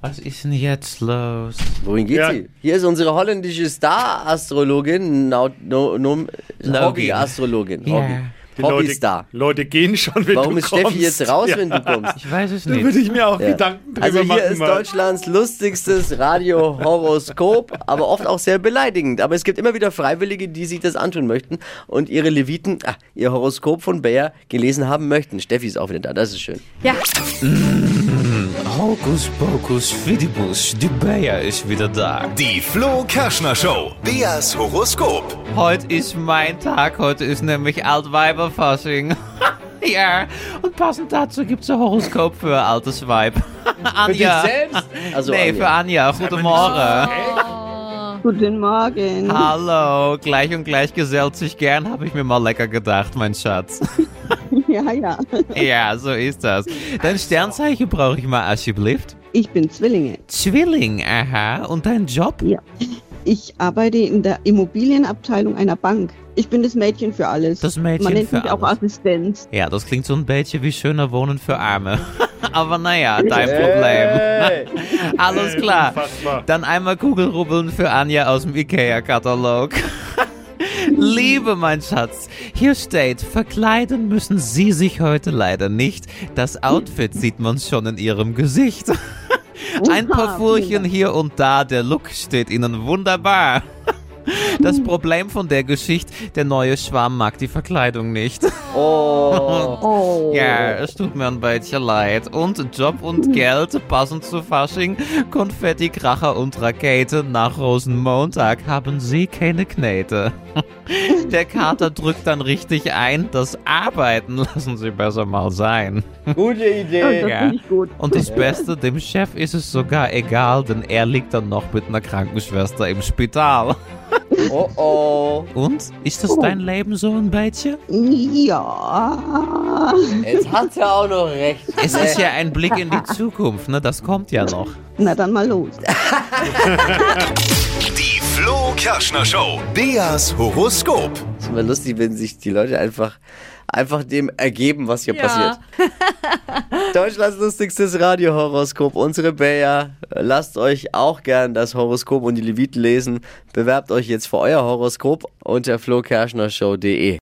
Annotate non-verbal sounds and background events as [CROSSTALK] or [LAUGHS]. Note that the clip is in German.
Was ist denn jetzt los? Wohin geht Ja. sie? Hier ist unsere holländische Star-Astrologin, no, no, no, Hobby-Astrologin. Ja. Hobby. Hobby-Star. Leute gehen schon, wenn Warum du ist Steffi kommst. jetzt raus, Ja. wenn du [LAUGHS] kommst? Ich weiß es Da würde nicht. ich mir auch Ja. Gedanken drüber Also hier machen. ist mal. Deutschlands lustigstes Radiohoroskop, aber oft auch sehr beleidigend. Aber es gibt immer wieder Freiwillige, die sich das antun möchten und ihre Leviten, ah, ihr Horoskop von Bayer gelesen haben möchten. Steffi ist auch wieder da, das ist schön. Ja, Hokus Pokus Fidibus, die Bayer ist wieder da. Die Flo Kerschner Show. Beas Horoskop. Heute ist mein Tag, heute ist nämlich Altweiberfassing. [LAUGHS] ja, und passend dazu gibt's ein Horoskop für altes Weib. [LAUGHS] Anja. Also, nee, für Anja. Anja. Guten Morgen. Guten [LAUGHS] Morgen. Hallo. Gleich und gleich gesellt sich gern, habe ich mir mal lecker gedacht, mein Schatz. [LAUGHS] [LAUGHS] Ja, ja. ja, so ist das. Dein Sternzeichen brauche ich mal, alsjeblieft. Ich bin Zwillinge. Zwilling, aha. Und dein Job? Ja. Ich arbeite in der Immobilienabteilung einer Bank. Ich bin das Mädchen für alles. Das Mädchen Man nennt für mich auch alles. Assistenz. Ja, das klingt so ein bisschen wie schöner Wohnen für Arme. [LAUGHS] Aber naja, dein Problem. [LAUGHS] Alles klar. Unfassbar. Dann einmal Kugelrubbeln für Anja aus dem IKEA-Katalog. [LAUGHS] Liebe, mein Schatz, hier steht, verkleiden müssen Sie sich heute leider nicht. Das Outfit sieht man schon in Ihrem Gesicht. [LAUGHS] Ein paar Furchen hier und da, der Look steht Ihnen wunderbar. [LAUGHS] Das Problem von der Geschichte, der neue Schwarm mag die Verkleidung nicht. Oh. Oh. Ja, es tut mir ein bisschen leid. Und Job und Geld passend zu Fasching, Konfetti, Kracher und Rakete nach Rosenmontag haben sie keine Knete. [LAUGHS] Der Kater drückt dann richtig ein, das Arbeiten [LAUGHS] lassen sie besser mal sein. Gute Idee. Das Ja. finde ich gut. Und das Beste, dem Chef ist es sogar egal, denn er liegt dann noch mit einer Krankenschwester im Spital. Oh oh. Und? Ist das dein Leben so ein bisschen? Ja. Jetzt hat er auch noch recht. Es ist ja ein Blick in die Zukunft, ne? Das kommt ja noch. Na dann mal los. Die Flo Kerschner Show. Beas Horoskop. Es ist immer lustig, wenn sich die Leute einfach, einfach dem ergeben, was hier Ja. passiert. Deutschlands lustigstes Radiohoroskop, unsere Bayer. Lasst euch auch gern das Horoskop und die Leviten lesen. Bewerbt euch jetzt für euer Horoskop unter flokerschnershow.de.